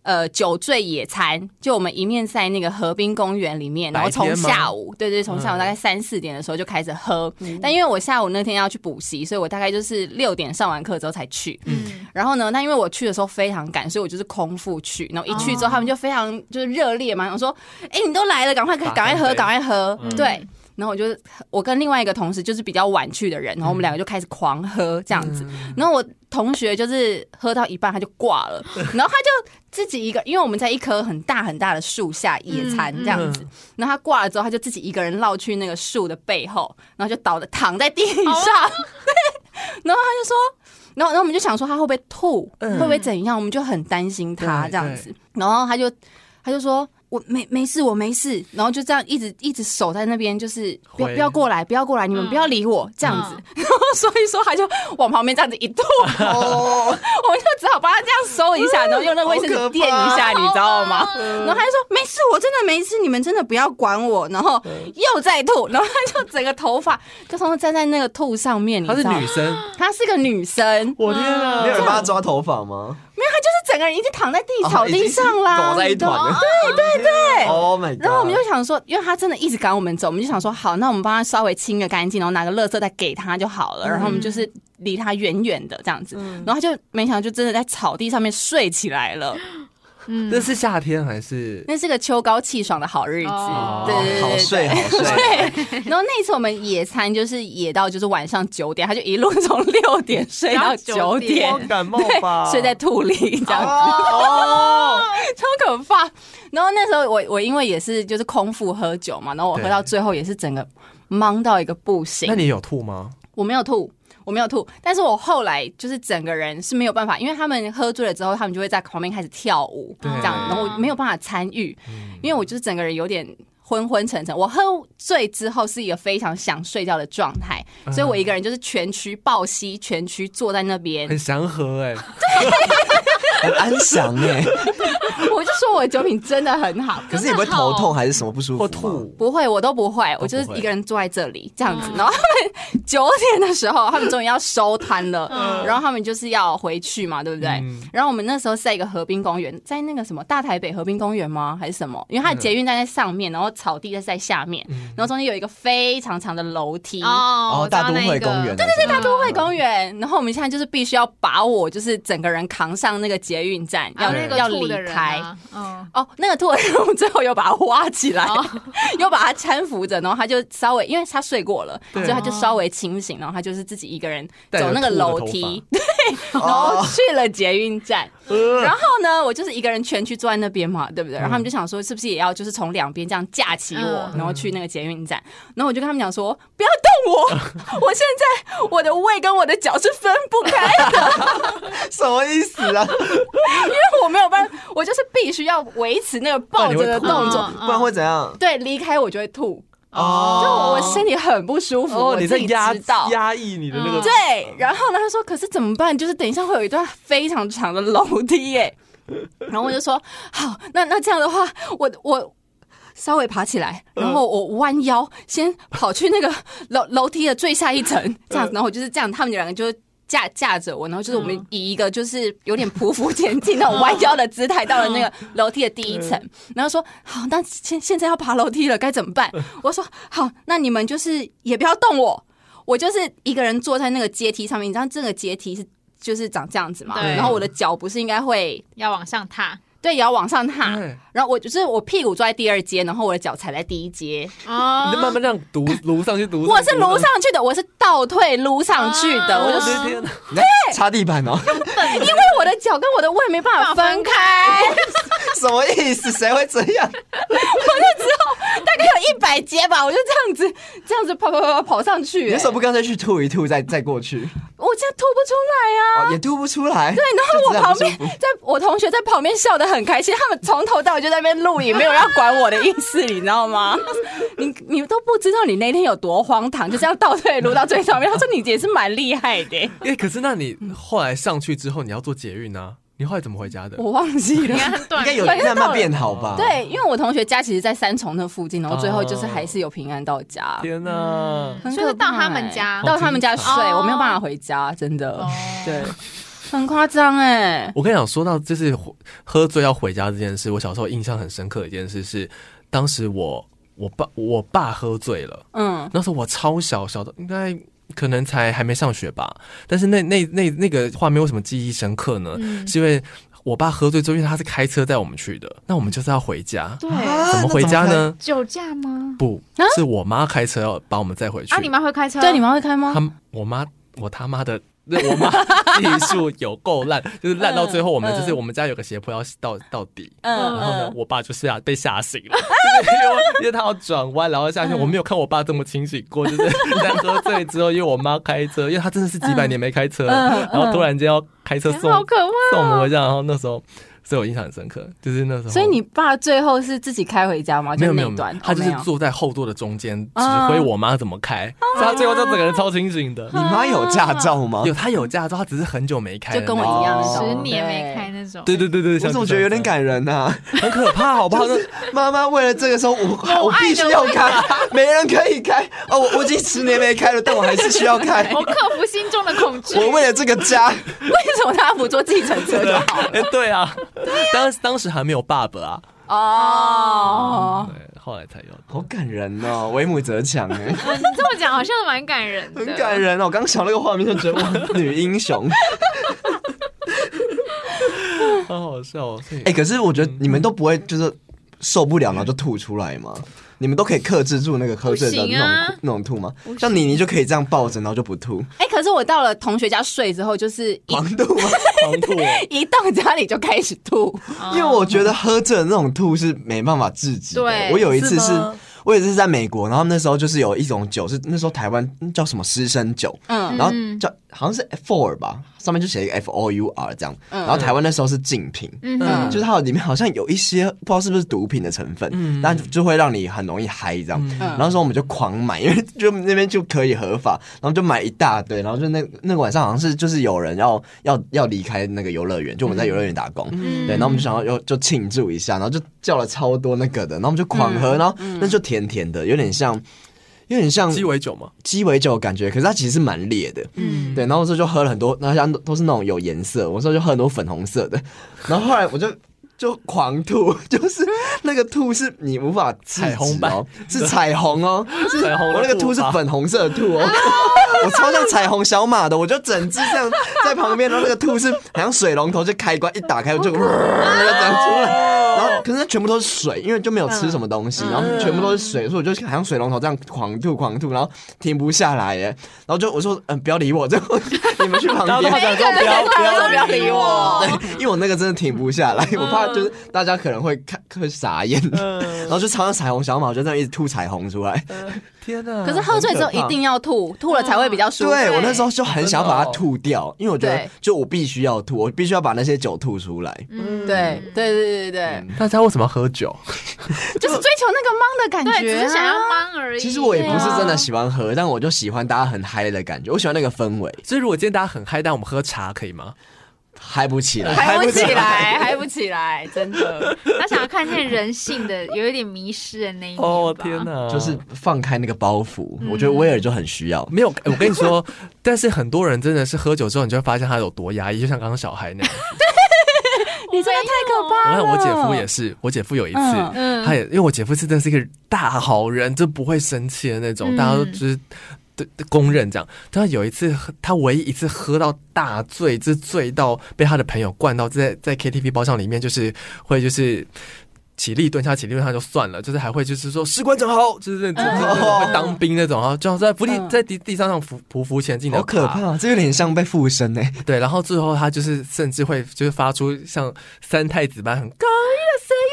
C: 呃，酒醉野餐，就我们一面在那个河滨公园里面，然后
B: 白天
C: 从
B: 吗
C: 下午，对对，从下午
B: 嗯
C: 大概三四点的时候就开始喝。但因为我下午那天要去补习，所以我大概就是六点上完课之后才去。
D: 嗯，
C: 然后呢，那因为我去的时候非常赶，所以我就是空腹去。然后一
B: 哦
C: 去之后，他们就非常就是热烈嘛，我说：“哎、你都来了，赶快赶快喝，赶快喝。
B: 嗯
C: 对。然后我就我跟另外一个同事就是比较晚去的人，然后
B: 嗯
C: 我们两个就开始狂喝这样子。然后我同学就是喝到一半他就挂 了，然后他就自己一个，因为我们在一棵很大很大的树下野餐这样子。
B: 嗯
C: 然后他挂了之后，他就自己一个人绕去那个树的背后，然后就倒的躺在地上。
B: 哦
C: 对， 然后他就说，然后然后我们就想说他会不会吐，会
B: 嗯
C: 不会怎样，我们就很担心他
B: 对
C: 这样子。然后他就他就说。我没没事，我没事，然后就这样一直一直守在那边，就是不要
B: 回
C: 不要过来，不要过来，你们
D: 嗯
C: 不要理我这样子。然后 所以说他就往旁边这样子一吐，
A: 哦，
C: 我们就只好帮他这样收一下，然后用那个卫生纸垫一
D: 啊
C: 下，你知道吗？
D: 嗯
C: 然后他就说没事，我真的没事，你们真的不要管我。然后又在吐，然后他就整个头发就从站在那个吐上面，你
B: 她
C: 知
B: 是
C: 道吗
B: 女生，
C: 她是个女生，
B: 我天啊
A: 没有人帮他抓头发吗？啊
C: 没有，她就是整个人已经躺在地
A: 哦
C: 草地上啦，
A: 搞在一团了。
C: 对对。 啊
A: Oh my god！
C: 然后我们就想说，因为他真的一直赶我们走，我们就想说，好，那我们帮他稍微清个干净，然后拿个垃圾袋给他就好了。然后我们就是离他远远的这样子，然后他就没想到就真的在草地上面睡起来 了。嗯
B: 这是夏天还是？
C: 那是个秋高气爽的好日子，
D: 哦
C: 对对对
A: 好
C: 对
A: 睡好睡，
C: 对， 然后那一次我们野餐就是野到就是晚上九点，他就一路从六点睡到九点
D: 到
B: 我，感冒吧
C: 对，睡在土里这样子，
A: 哦，
C: 超可怕。然后那时候我我因为也是就是空腹喝酒嘛，然后我喝
B: 对
C: 到最后也是整个忙到一个不
B: 那
C: 行，
B: 你有吐吗？
C: 我没有吐。我没有吐，但是我后来就是整个人是没有办法，因为他们喝醉了之后，他们就会在旁边开始跳舞，
B: 对
C: 这样，然后我没有办法参与，因为我就是整个人有点昏昏沉沉。我喝醉之后是一个非常想睡觉的状态，所以我一个人就是全区抱膝，全区坐在那边，
B: 很祥和哎、
A: 很安详哎。
C: 我就说我的酒品真的很 好，
A: 可是你不会头痛还是什么不舒服啊
B: 或
A: 吗？
B: 吐，
C: 不会，我都不会，我就是一个人坐在这里这样子。然后他们九点的时候，他们终于要收摊了，然后他们就是要回去嘛，对不对？
B: 嗯
C: 然后我们那时候是在一个河滨公园，在那个什么大台北河滨公园吗？还是什么？因为它的捷运站在上面，然后草地是在下面，然后中间有一个非常长的楼梯。
D: 哦
A: 哦
D: 我知道
A: 大都会
D: 那个
A: 公园
D: 对
A: 对对对，大
C: 都会公园，然后我们现在就是必须要把我就是整个人扛上那个捷运站，要、
D: 啊那个
C: 要
D: 吐
C: 离
D: 的人
C: 开。
D: 啊，嗯，
C: 哦，那个兔儿我们最后又把它挖起来，
D: 哦
C: 又把它搀扶着，然后他就稍微，因为他睡过了，所
B: 对
C: 以他就稍微清醒，然后他就是自己一个人
B: 带着
C: 走那个
B: 兔的
C: 楼
B: 头
C: 梯， 然后
A: 哦，
C: 去了捷运站。
B: 呃
C: 然后呢，我就是一个人全区坐在那边嘛，对不对？然后他们就想说，是不是也要就是从两边这样架起我，
D: 嗯
C: 然后去那个捷运站？然后我就跟他们讲说，不要动 我，我现在我的胃跟我的脚是分不开的，
A: 什么意思啊？
C: 我没有办法，我就是必须要维持那个抱着的
B: 不然
C: 动作。
D: 嗯
A: 不然会怎样？
C: 对，离开我就会吐，
A: 哦
C: 就我我身体很不舒服，我
B: 哦，你在
C: 自己
B: 压
C: 知道。
B: 压抑你的那个
D: 嗯，
C: 对，然后呢，他说：“可是怎么办？就是等一下会有一段非常长的楼梯耶。”然后我就说：“好，那那这样的话，我我稍微爬起来，然后我弯腰，先跑去那个 楼楼梯的最下一层，这样子。然后我就是这样，他们两个就架架着我，然后就是我们以一个就是有点匍匐前进那种弯腰的姿态到了那个楼梯的第一层，然后说好，那现现在要爬楼梯了，该怎么办？我说好，那你们就是也不要动我，我就是一个人坐在那个阶梯上面，你知道这个阶梯是。就是长这样子嘛，
D: 对
C: 然后我的脚不是应该会
D: 要往上踏，
C: 对，也要往上踏
B: 对，
C: 然后我就是我屁股坐在第二阶，然后我的脚踩在第一阶，
D: 哦
B: 你就慢慢让读撸上去读，
C: 嗯我是哦撸上去的，我是倒退撸上去的，
D: 啊
C: 我
B: 我
C: 就
D: 说
B: 的天哪！
A: 你在擦地板哦？
C: 因为我的脚跟我的胃没办法分开，
A: 什么意思？谁会这样？
C: 大概有一百节吧，我就这样子这样子跑跑跑跑跑上去、
A: 你为什
C: 欸
A: 么不干脆去吐一吐，再再过去？
C: 我这样吐不出来啊！
A: 哦，也吐不出来。对，
C: 然后我旁边在我同学在旁边笑得很开心，他们从头到尾就在那边录影，没有要管我的意思，你知道吗？ 你你都不知道你那天有多荒唐，就这样倒退撸到最上面。他说你也是蛮厉害的欸、
B: 哎，可是那你后来上去之后，你要坐捷运啊？你后来怎么回家的？
C: 我忘记了
D: 应。该很
A: 应
D: 短
A: 该有
C: 反正
A: 慢
C: 到
A: 慢
C: 了
A: 变好吧？，
C: 对，因为我同学家其实，在三重那附近，然后最后就是还是有平安到家。
B: 天哪！
C: 很可
D: 就是到
C: 怕
D: 他们
C: 欸
D: 家
C: 到他们家睡，
B: 好
D: 精彩
C: 我没有办法回家，真的，
D: 哦
C: 对，很夸张哎，
B: 我跟你讲，说到就是喝喝醉要回家这件事，我小时候印象很深刻的一件事是，当时我我爸我爸喝醉了，
C: 嗯，
B: 那时候我超小小的，应该可能才还没上学吧。但是那那那那个画面为什么记忆深刻呢？是因为我爸喝醉之后，因为他是开车带我们去的，那我们就是要回家，
D: 对
A: 啊
B: 怎么回家？呢？
D: 酒驾吗？
B: 不
C: 啊，
B: 是我妈开车要把我们载回去。
D: 啊，你妈会开车？
C: 对，你们会开吗？
B: 他我妈我他妈的。那我妈技术有够烂，就是烂到最后，我们
C: 嗯
B: 就是我们家有个斜坡要到到底，
C: 嗯
B: 然后呢
C: 嗯，，
B: 我爸就吓被吓醒了，就是因为因为他要转弯，然后下去。我没有看我爸这么清醒过，就是 在喝醉之后，因为我妈开车，因为他真的是几百年没开车了，
C: 嗯嗯
B: 然后突然间要开车送
D: 哎好可怕！哦
B: 送我们回家，然后那时候所以我印象很深刻，就是那时候。
C: 所以你爸最后是自己开回家吗？
B: 没
C: 就
B: 有
C: 是那
B: 没有
C: 一
B: 没
C: 段
B: 有，，他就是
C: 哦嗯没有
B: 坐在后座的中间，指
C: 啊
B: 挥我妈怎么开，所以
C: 哦
B: 他最后就整个人超清醒的
A: 你。妈有驾照吗？
C: 嗯
B: 有他有驾照，他只是很久没开，
C: 就跟我一样，
A: 哦
D: 十年没开。那种。
B: 对对对对，
A: 我
B: 像
A: 总
B: 这
A: 觉得有
B: 种
A: 点感人啊呐、
B: 很可怕，好不好？
A: 就是妈妈为了这个时候，我
D: 母
A: 我
D: 爱的
A: 必须要开，没人可以开哦，我我已经十年没开了，但我还是需要 开。
D: 我克服心中的恐惧。
A: 我为了这个家，
C: 为什么他不坐计程车 就好了？
B: 哎， 对啊，当当时还没有爸爸啊，
C: 哦，
B: 对，后来才有。
A: 好感人哦，为母则强哎，
C: 啊
D: 你这么讲好像蛮感人的，
A: 很感。人哦。我刚想那个画面就觉得哇，女英雄
B: 好好笑哦。所以
A: 哎、可是我觉得你们都不会就是受不了然后就吐出来吗？你们都可以克制住那个喝醉的
D: 不
A: 那
D: 行
A: 种、
D: 啊
A: 那种吐吗？像你，你就可以这样抱着，然后就不吐，
C: 哎，可是我到了同学家睡之后，就是一
A: 狂吐吗？
B: 狂吐哦，
C: 一到家里就开始吐，
A: 因为我觉得喝醉的那种吐是没办法制止的。
D: 对
A: 我有一次
B: 是
A: 是
B: 吗，
A: 我有一次是在美国，然后那时候就是有一种酒是那时候台湾嗯叫什么湿身酒，
C: 嗯
A: 然后叫好像是 four 吧，上面就写一个 f o u r 这样，然后台湾那时候是禁品。
D: 嗯
B: 嗯
D: 哼，
A: 就是它里面好像有一些不知道是不是毒品的成分，
D: 嗯
A: 但就会让你很容易嗨这样。然后说我们就狂买，因为就那边就可以合法，然后就买一大堆，然后就那那个晚上好像是就是有人要要要离开那个游乐园，就我们在游乐园打工，
D: 嗯
A: 对，然后我们就想要就就庆祝一下，然后就叫了超多那个的，然后我们就狂
D: 嗯
A: 喝，然后那就甜甜的，有点像有点像
B: 鸡尾酒嘛，
A: 鸡尾酒的感觉，可是它其实是蛮烈的，
D: 嗯
A: 对，然后我说就喝了很多，那像都是那种有颜色，我说就喝很多粉红色的，然后后来我就。就狂吐， 就是那个吐是你无法制止
B: 彩虹
A: 哦
B: 吧，
A: 是彩虹 哦，是
B: 彩虹的
A: 我那个吐是
B: 吧
A: 粉红色的吐哦， 我超像彩虹小马的，我就整只这样在旁边，然后那个吐是好像水龙头，就开关一打开我就就这样出来，然后可是它全部都是水，因为就没有吃什么东西，然后全部都是水，所以我就好像水龙头这样狂吐狂吐，然后停不下来耶，然后就我说嗯不要理我，就你们去旁
B: 然后
A: 边
B: 他。讲说不要不要
C: 不要理我。
A: 对，因为我那个真的停不下来，我怕就是大家可能会看会傻眼，
B: 嗯
A: 然后就朝着彩虹小马，我就这样一直吐彩虹出来。
B: 天哪！
C: 可是喝醉之后一定要吐，吐了才会比较舒服。
A: 对我那时候就很想把它吐掉，因为我觉得
C: 对
A: 就我必须要吐，我必须要把那些酒吐出来。
D: 嗯，
C: 对对对对对，
B: 大家为什么要喝酒？
C: 就是追求那个懵的感
D: 对，
C: 觉
D: 只
C: 啊，
D: 是想要帮而已。
A: 其实我也不是
C: 对啊
A: 真的喜欢喝，但我就喜欢大家很嗨的感觉，我喜欢那个氛围，
B: 所以如果今天大家很嗨，但我们喝茶可以吗？
A: 嗨不起来。
C: 嗨不起来，嗨不起来，真的。
D: 他想要看见人性的，有一点迷失的那一面。
B: 哦天！哪！
A: 就是放开那个包袱，我觉得威尔就很需要。
B: 没有，哎我跟你说，但是很多人真的是喝酒之后，你就会发现他有多压抑，就像刚刚小孩那样。
C: 你真的太可怕
B: 我
C: 了。
B: 看我姐夫也是，我姐夫有一次，
C: 嗯
D: 嗯
B: 他也因为我姐夫是真的是一个大好人，就不会生气的那种，
D: 嗯
B: 大家都就是。对对公认这样，但他有一次喝，他唯一一次喝到大醉，就是醉到被他的朋友灌到在在 KTV 包厢里面，就是会就是起立蹲下，起立蹲下就算了，就是还会就是说士官长好，就是那种、
D: 嗯
B: 就是那种会当兵那种，然后就在伏地
C: 嗯
B: 在地地上上匍匍匐前进的
A: 好可
B: 爬
A: 怕，这有点像被附身哎、
B: 对，然后最后他就是甚至会就是发出像三太子般很高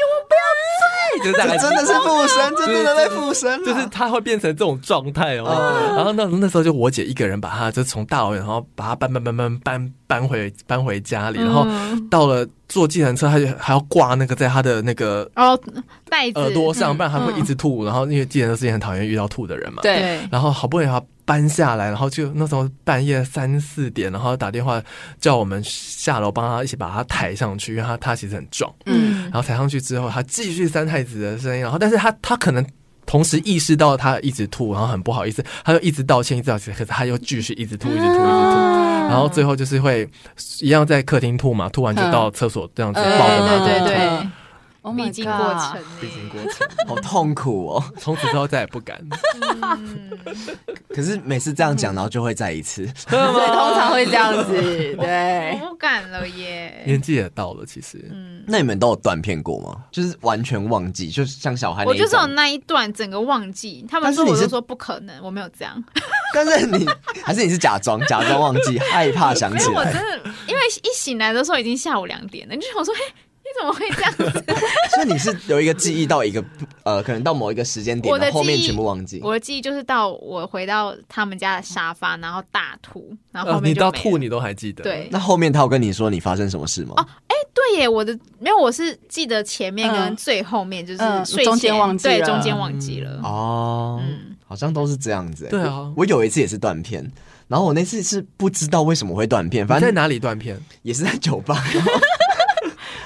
B: 一的声音，我不要醉，就是大概
A: 这真的是附身，真的被附身啊了，
B: 就是他会变成这种状态哦。
D: 嗯
B: 然后那那时候就我姐一个人把他就从大老远，然后把他搬搬搬搬搬搬回搬回家里，
D: 嗯
B: 然后到了坐计程车，他就还要挂那个在他的那个呃
D: 哦，袋子
B: 耳朵上，不然
D: 嗯
B: 他会一直吐。然后因为计程车司机很讨厌遇到吐的人嘛，
C: 对，
D: 对，
B: 然后好不容易把他搬下来，然后就那时候半夜三四点，然后打电话叫我们下楼帮他一起把他抬上去，因为他他其实很壮。
C: 嗯，
B: 然后抬上去之后，他继续三太子的声音，然后但是他他可能。同时意识到他一直吐，然后很不好意思，他就一直道歉，一直道歉，可是他又继续一直吐，一直吐，一直
D: 嗯
B: 吐，
D: 啊
B: 然后最后就是会一样在客厅吐嘛，吐完就到厕所这样子
C: 对
B: 抱着他，
D: 对对对
C: 嗯，Oh
D: 必
C: my
D: 经过
C: god
D: 程，
B: 必经过程，
A: 好痛苦哦。
B: 从此之后再也不敢。
D: 嗯
A: 可是每次这样讲，然后就会再一次。
C: 对，通常会这样子，对。
B: 哎
D: 我不敢了耶。
B: 年纪也到了，其实，
A: 那你们都有断片过吗？就是完全忘记，就是像小孩那
D: 我
A: 一种
D: 就是有那一段整个忘记，他们
A: 但是
D: 说
A: 你
D: 我
A: 是
D: 就说不可能，我没有这样，
A: 但是你 还是你是假装假装忘记，害怕想
D: 因
A: 起
D: 为我真
A: 来，
D: 哎的因为一醒来的时候已经下午两点了，你就想说，嘿，你怎么会这样子？
A: 所以你是有一个记忆到一个呃，可能到某一个时间点，
D: 我
A: 然
D: 的
A: 后后面
D: 记忆
A: 全部忘记。
D: 我的记忆就是到我回到他们家的沙发，然后大吐，然后后
B: 呃，
D: 面
B: 你
D: 就没
B: 到
D: 了、
B: 吐你都还记得，
D: 对，
A: 那后面他有跟你说你发生什么事吗？
D: 对耶，我的没有，我是记得前面跟
C: 嗯
D: 最后面，就是
C: 嗯
D: 睡前、
C: 中间忘记
D: 对，
C: 了
D: 中间忘记
B: 嗯
D: 了。
A: 哦，
D: 嗯
A: 好像都是这样子、欸。
B: 对啊
A: 我我有一次也是断片，然后我那次是不知道为什么会断片，反
B: 你在
A: 正
B: 哪里断片？
A: 也是在酒 吧。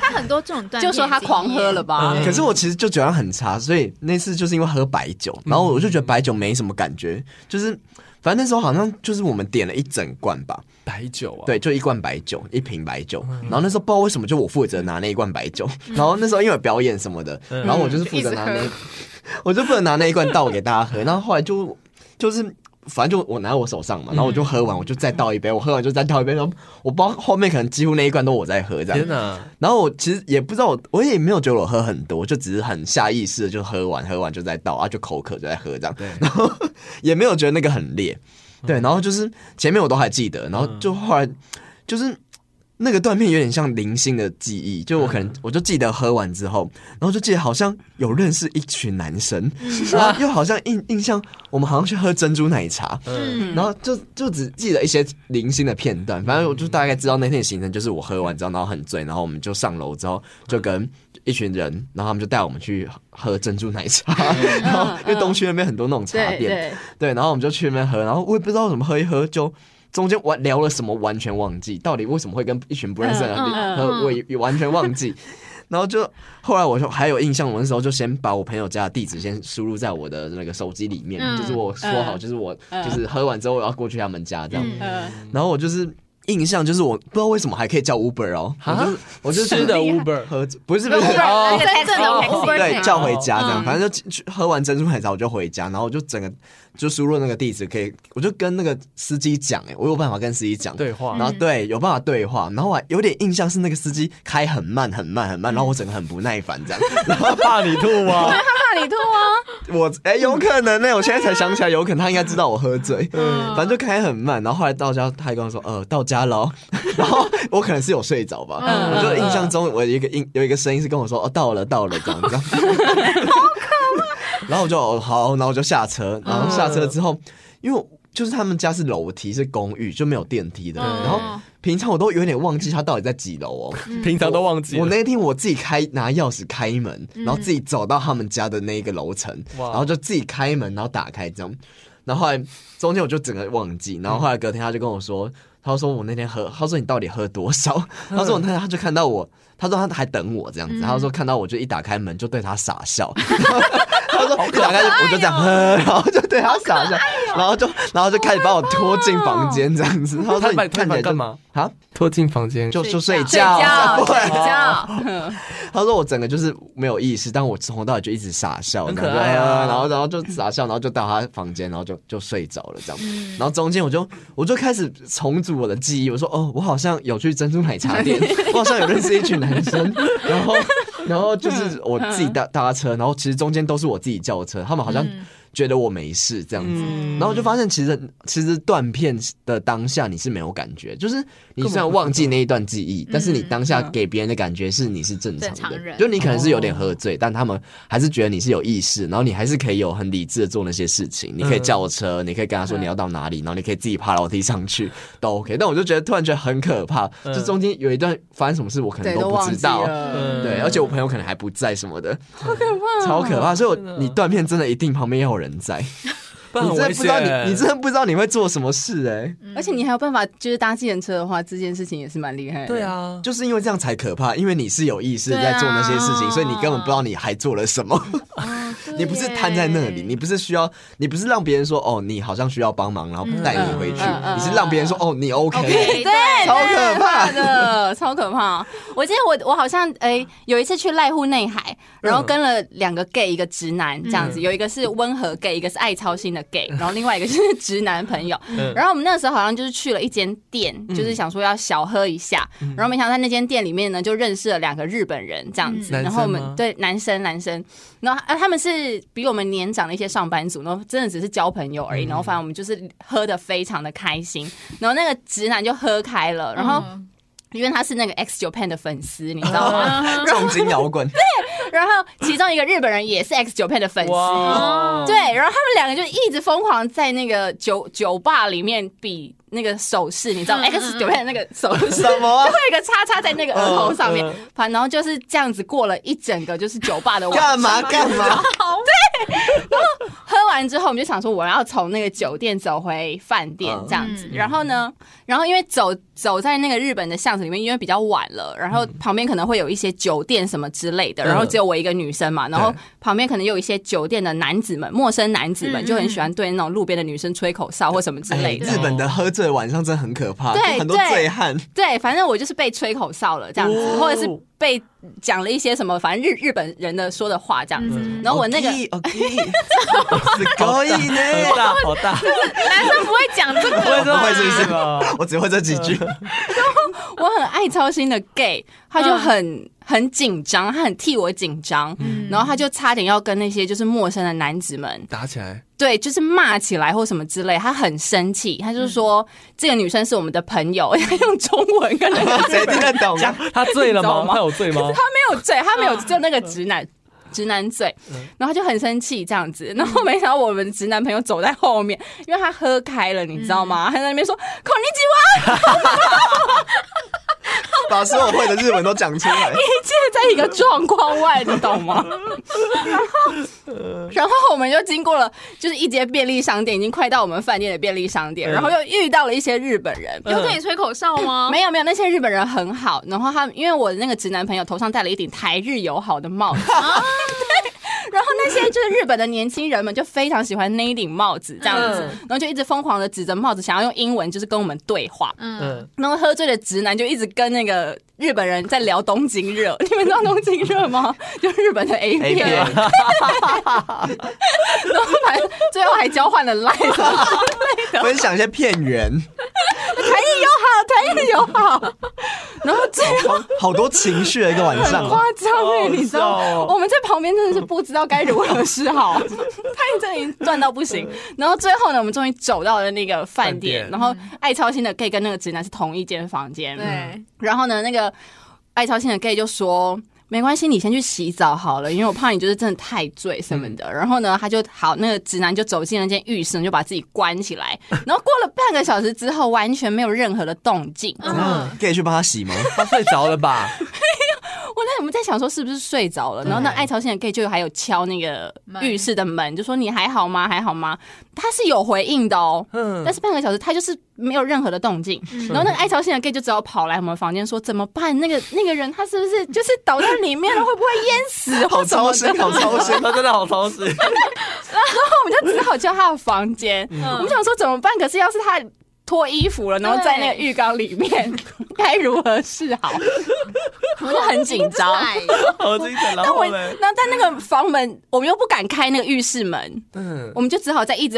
D: 他很多这种断片
C: 就说他狂喝了吧
B: 嗯？
A: 可是我其实就酒量很差，所以那次就是因为喝白酒，
B: 嗯
A: 然后我就觉得白酒没什么感觉，就是反正那时候好像就是我们点了一整罐吧，
B: 白酒啊，
A: 对，就一罐白酒，一瓶白酒。
B: 嗯
A: 然后那时候不知道为什么，就我负责拿那一罐白酒。然后那时候因为有表演什么的，
B: 嗯
A: 然后我就是负责拿那
D: 一直，
A: 我就负责拿那一罐倒给大家 喝。然后后来就就是反正就我拿在我手上嘛，
B: 嗯
A: 然后我就喝完，我就再倒一杯，我喝完就再倒一杯。然后我不知道后面可能几乎那一罐都我在喝这样。
B: 天哪，
A: 然后我其实也不知道我，我也没有觉得我喝很多，就只是很下意识的就喝完，喝完就再倒啊，就口渴就在喝这样。
B: 对，
A: 也没有觉得那个很烈，对，然后就是前面我都还记得，然后就后来就是那个断片有点像零星的记忆，就我可能我就记得喝完之后，然后就记得好像有认识一群男生，然后又好像印印象我们好像去喝珍珠奶茶，
B: 嗯，
A: 然后就就只记得一些零星的片段，反正我就大概知道那天的行程就是我喝完之后，然后很醉，然后我们就上楼之后就跟一群人，然后他们就带我们去喝珍珠奶茶， 然后因为东区那边很多那种茶店，
C: 对对，
A: 对，然后我们就去那边喝，然后我也不知道怎么喝一喝，就中间完聊了什么完全忘记，到底为什么会跟一群不认识的人
C: 嗯嗯嗯
A: 喝，我也也完全忘记。然后就后来我就还有印象，我那时候就先把我朋友家的地址先输入在我的那个手机里面，
D: 嗯
A: 就是我说好，
C: 嗯
A: 就是我、
C: 嗯
A: 就是喝完之后我要过去他们家这样。
D: 嗯
C: 呃，
A: 然后我就是印象就是我不知道为什么还可以叫 Uber 哦，我
B: 啊
A: 就我就
B: 吃
A: 是
B: 的 Uber，
A: 喝不是不
D: 对
A: 是
D: Uber，
B: 哦
D: 真正的
B: 哦
D: Uber
A: 对，
D: Taxi
A: 叫回家这样，
C: 嗯
A: 反正就去喝完珍珠奶茶我就回家，然后我就整个就输入那个地址，可以，我就跟那个司机讲，哎，我有办法跟司机讲。
B: 对 话
A: 然，后对，有办法对话，然后我还有点印象是那个司机开很慢很慢很慢，然后我整个很不耐烦这样。 然后
B: 怕你吐啊，
C: 怕你吐啊！
A: 我哎、有可能呢、我现在才想起来，有可能他应该知道我喝醉，
C: 嗯
A: 反正就开很慢。然后后来到家，他还跟我说，呃，到家了哦。然后我可能是有睡着吧，
C: 嗯
A: 我就印象中我有一个音有一个声音是跟我说，哦，到了到了这样子。然后我就哦好，然后我就下车，然后下车之后，因为我就是他们家是楼梯，是公寓，就没有电梯的。
D: 嗯
A: 然后平常我都有点忘记他到底在几楼哦。
B: 平常都忘记
A: 我
B: 了，嗯
A: 那天我自己开拿钥匙开门，然后自己走到他们家的那一个楼层，
B: 哇
A: 然后就自己开门，然后打开这样。然后后来中间我就整个忘
B: 嗯
A: 记，然后后来隔天他就跟我说，他说我那天喝，他说你到底喝多少？ 他说我那天他就看到我，他说他还等我这样
B: 嗯
A: 子，他说看到我就一打开门就对他傻笑。 他说：“一打开就我就这样，呵
B: 哦
A: 然后就对他傻笑，然后就然后就开始把我拖进房间这样子。”他
B: 他
A: 说：“
B: 把
A: 你看
B: 你推
A: 起来
B: 翻
A: 就
B: 干嘛？
A: 啊？
B: 拖进房间
A: 就就睡
D: 睡
C: 睡
A: 觉，
C: 觉，
A: 不然
C: 睡觉，
A: 哦他说我整个就是没有意识，但我从头到尾就一直傻笑，
B: 很
A: 然后
B: 可
A: 就
B: 爱啊
A: 哎呀然后然后就傻笑，然后就到他房间，然后就就睡着了这样。然后中间我就我就开始重组我的记忆，我说哦，我好像有去珍珠奶茶店，我好像有认识一群男生，然后然后就是我自己搭搭车，然后其实中间都是我自己叫车，他们好像觉得我没事这样子。然
B: 嗯
A: 后我就发现，其实其实断片的当下你是没有感觉，就是你虽然忘记那一段记忆，但是你当下给别人的感觉是你是正常的，
D: 正常人
A: 就你可能是有
B: 哦
A: 点喝醉，但他们还是觉得你是有意识，然后你还是可以有很理智的做那些事情，你
B: 嗯
A: 可以叫车，你可以跟他说你要到哪里，然后你可以自己爬楼梯上去，都 OK。但我就觉得突然觉得很可怕，
B: 嗯
A: 就中间有一段发生什么事我可能
C: 对，都
A: 不
C: 忘
A: 知
C: 记
A: 道，
C: 了。
B: 嗯
A: 对，而且我朋友可能还不在什么的，超可怕，所以
B: 真的
A: 我你断片真的一定旁边要有人在，
B: 不然
A: 你
B: 很
A: 真的
B: 危
A: 不知道
B: 险，
A: 你你真的不知道你会做什么事哎、
C: 而且你还有办法，就是搭计程车的话，这件事情也是蛮厉害的。
B: 对，啊，
A: 就是因为这样才可怕，因为你是有意识
D: 对啊
A: 在做那些事情，所以你根本不知道你还做了什么。
C: 啊
D: 哦
A: 你不是瘫在那里，你不是需要，你不是让别人说哦，你好像需要帮忙，然后带你回去，
C: 嗯嗯嗯
A: 你是让别人说哦，你 OK，,
C: 对，
A: 超可怕。
C: 的，超可怕。我记得我我好像哎、有一次去濑户内海，然后
A: 嗯
C: 跟了两个 gay 一个直男这样子，有一个是温和 gay，一个是爱操心的 gay，然后另外一个就是直男朋友。
B: 嗯
C: 然后我们那时候好像就是去了一间店，就是想说要小喝一下，
B: 嗯
C: 然后没想到在那间店里面呢，就认识了两个日本人这样子，
B: 嗯
C: 然后我
B: 男生吗
C: 们对男生男生，然后啊他们是比我们年长的一些上班族，然后真的只是交朋友
B: 嗯
C: 而已，然后反正我们就是喝的非常的开心，然后那个直男就喝开
B: 嗯
D: 嗯
C: 了，
B: 嗯
C: 嗯然后。因为他是那个 X 九 Pan 的粉丝，你知道吗？
A: 重金摇滚，
C: 然后其中一个日本人也是 X 九 P 的粉
D: 嗯
C: 丝，
B: 哇，
C: 对，然后他们两个就一直疯狂在那个酒酒吧里面比那个手势，你知道
D: 嗯
C: 吗
D: 嗯嗯
C: X 九 P 的那个手 势，
A: 什么啊
C: 就会有一个叉叉在那个额头上面
B: 嗯，
C: 反然后就是这样子过了一整个就是酒吧 的晚
A: 干
C: 上。
A: 嘛干嘛？
C: 喝完之后，我们就想说我要从那个酒店走回饭店
A: 嗯
C: 这样子。
D: 嗯
C: 然后呢，然后因为走走在那个日本的巷子里面，因为比较晚了，然后旁边可能会有一些酒店什么之类的，
B: 嗯
C: 然后只有我一个女生嘛，然后
B: 对
C: 旁边可能有一些酒店的男子们，陌生男子们
D: 嗯
C: 就很喜欢对那种路边的女生吹口哨或什么之
A: 哎
C: 类的。
A: 日本的喝醉晚上真的很可怕，
C: 对
A: 很多醉汉。
C: 对，反正我就是被吹口哨了这样子，
B: 哦
C: 或者是被讲了一些什么，反正日日本人的说的话这样子。
D: 嗯
C: 然后我那个
A: OK，是可以
B: 好
A: 呢，
B: 大好大，
D: 男生不会讲这个，
B: 我也
A: 不会是不是
B: 吧？
A: 我只会这几句。
C: 我很爱操心的 gay，他就很、很紧张，他很替我紧张，
D: 嗯
C: 然后他就差点要跟那些就是陌生的男子们，
B: 打起来，
C: 对，就是骂起来或什么之类，他很生气，他就说、这个女生是我们的朋友，他用中文跟那个
A: 谁听得懂啊？
B: 他醉了
C: 你知道
B: 吗？
C: 吗
B: 他有醉吗？
C: 没有醉，他没有就那个直男。直男醉，然后他就很生气这样子，然后没想到我们直男朋友走在后面，因为他喝开了，你知道吗？他在那边说“孔尼基哇
A: 把所有会的日文都讲出来。”，
C: 一切 在一个状况外，你懂 吗？然后，然后我们就经过了，就是一间便利商店，已经快到我们饭店的便利商店，
B: 嗯
C: 然后又遇到了一些日本人，
D: 有对你吹口哨吗？
C: 没有没有，那些日本人很好。然后他们因为我的那个直男朋友头上戴了一顶台日友好的帽子，
B: 啊
C: 对。 然后那些就是日本的年轻人们就非常喜欢那一顶帽子这样子，然
B: 嗯
C: 后就一直疯狂的指着帽子，想要用英文就是跟我们对话。
D: 嗯，
B: 嗯，
C: 然后喝醉的直男就一直跟那个日本人在聊东京热， 你们知道东京热 吗？就日本的 A 片，然
A: 片
C: 后反正最后还交换了 line 什 么之类的。
A: 分享一些片源，
C: 台日友好，台日友好。 然后最后
A: 好好多情绪的一个晚
C: 很
A: 上。
C: 夸张哎，你知道
B: 好好笑
C: 吗
B: 哦？
C: 我们在旁边真的是不知道该如何是 好，他这里赚到不行。 然后最后呢，我们终于走到了那个饭店，
B: 饭店
C: 然后爱操心的 gay 跟那个直男是同一间房间，
D: 对，
B: 嗯
C: 然后呢，那个爱操心的 gay 就说。没关系，你先去洗澡好了，因为我怕你就是真的太醉什么的。然后呢，他就好，那个直男就走进了那间浴室，就把自己关起来。然后过了半个小时之后，完全没有任何的动静。我
A: 嗯，可以去帮他洗吗？
B: 他睡着了吧？
C: 那我们在想说是不是睡着了？然后那爱操心的 gay 就还有敲那个浴室的门，就说你还好吗？还好吗？他是有回应的哦，
B: 嗯
C: 但，是半个小时他就是没有任何的动静，
D: 嗯
C: 然后那个爱操心的 gay 就只好跑来我们房间说怎么办？那个那个人他是不是就是倒在里面了？会不会淹死？
A: 好
C: 什么
A: 操
C: 的
A: 心，好操心。
B: 他真的好操心，
C: 我们就只好叫他的房间。
D: 嗯
C: 我们想说怎么办？可是要是他脱衣服了，然后在那个浴缸里面，该如何是好？ 我们就很紧 张。
B: 好精神。然
C: 那
B: 后
C: 我
B: 呢？
C: 那但那个房门，我们又不敢开那个浴室门，
B: 嗯，
C: 我们就只好在一直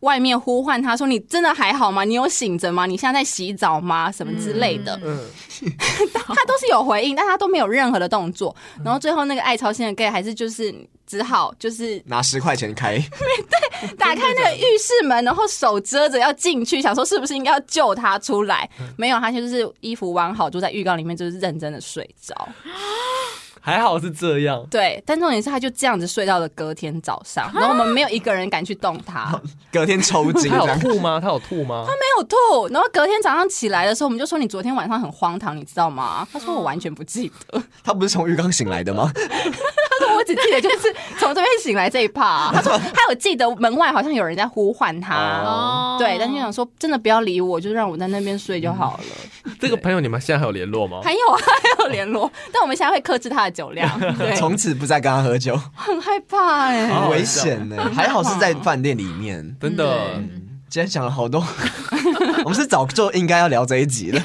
C: 外面呼唤他说：“你真的还好吗？你有醒着吗？你现在在洗澡吗？什么之类的。
B: 嗯，
C: 他都是有回应，但他都没有任何的动作。然后最后那个爱操心的 gay 还是就是只好就是
A: 拿十块钱开，
C: 打开那个浴室门，然后手遮着要进去，想说是不是应该要救他出来？没有，他就是衣服完好，就在浴缸里面就是认真的睡着。
B: 还好是这样。
C: 对，但重点是他就这样子睡到了隔天早上，然后我们没有一个人敢去动他。
A: 隔天抽筋
B: 他
A: 这
B: 有
A: 样。
B: 吐吗？他有吐吗？
C: 没有吐，然后隔天早上起来的时候，我们就说你昨天晚上很荒唐，你知道吗？他说我完全不记得，
A: 他不是从浴缸醒来的吗？
C: 他说我只记得就是从这边醒来这一趴、他说他有记得门外好像有人在呼唤他，
D: 哦
C: 对，但就想说真的不要理我，就让我在那边睡就好了。
B: 这个朋友你们现在还有联络
D: 哦
B: 吗？
C: 还有啊，还有联络，但我们现在会克制他的酒 量，对，
A: 从此不再跟他喝酒，
C: 很害怕哎、
B: 好
A: 很
B: 好
A: 危
B: 笑
A: 险呢。还好是在饭店里面。
B: 真的，
D: 嗯
A: 今天讲了好多， 我们是早就应该要聊这一集了，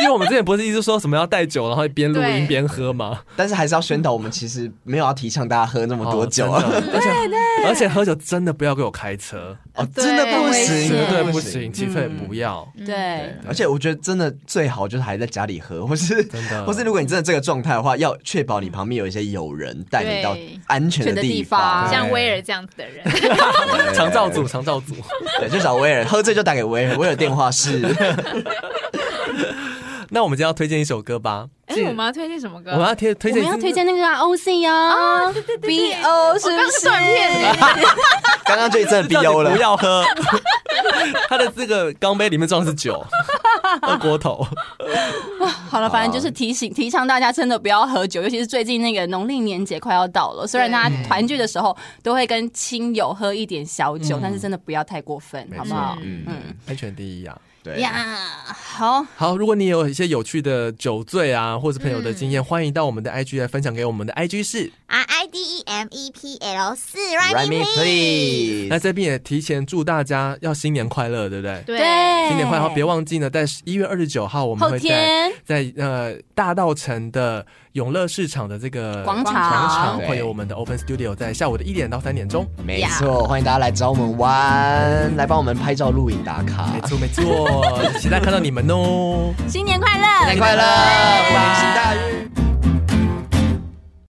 B: 因为我们之前不是一直说什么要带酒，然后边录
D: 对
B: 音边喝吗？
A: 但是还是要宣导，我们其实没有要提倡大家喝那么多酒
B: 哦
A: 啊。
B: 真的而且而且喝酒真的不要给我开车，
A: 哦，真的不行，
C: 对
B: 绝
C: 真
B: 对不行，骑车也不要。
C: 嗯
D: 嗯
C: 对，
A: 而且我觉得真的最好就是还在家里喝，或是
B: 真的
A: 或是如果你真的这个状态的话，要确保你旁边有一些友人带你到
D: 对
A: 安全的地
C: 安
A: 方。
D: 像威尔这样子的 人，
B: 长照组，长照组。
A: 对，就找威尔，喝醉就 打给威尔，威尔电话是
B: 那我们今天要推荐一首歌吧，
D: 哎，我们要推荐什么歌？
B: 我们要推推
C: 啊我们
B: 荐
C: 要推荐那个啊 O C
D: 啊
C: 哦，B O 是
D: 刚
C: 不
D: 是
C: 是？
D: 断片
A: 刚刚就一阵 B
B: 到底
A: O 了
B: 不，要喝。他的这个钢杯里面装的是 酒，二锅头。
C: 好了，反正
B: 啊
C: 就是提醒提倡大家真的不要喝酒，尤其是最近那个农历年节快要到了，虽然大
B: 嗯
C: 家团聚的时候都会跟亲友喝一点小
B: 嗯
C: 酒，但是真的不要太过分，好不好？
A: 嗯，
B: 安全第一啊！
A: 对，
C: 呀，好，
B: 好，如果你有一些有趣的酒醉啊，或是朋友的
C: 嗯
B: 经验，欢迎到我们的 IG 来分享给我们的 IG 是。
E: R I D E M E P L 四
A: Write
E: ，Rhyme
A: me
B: 那
A: please，
B: 这边也提前祝大家要新年快乐，对不对？
D: 对
C: 对，
B: 新年快乐！别忘记呢，在一月二十九号我们
C: 后
B: 会在
C: 天
B: 在呃大道城的永乐市场的这个
C: 广场
B: 广场
A: 对
B: 会有我们的 Open Studio，在下午的一点到三点钟。
A: 没错，欢迎大家来找我们玩，来帮我们拍照、录影、打卡
B: 没。错没错，期待看到你们哦。
C: 新年快乐，
A: 新年快乐，虎年行大运。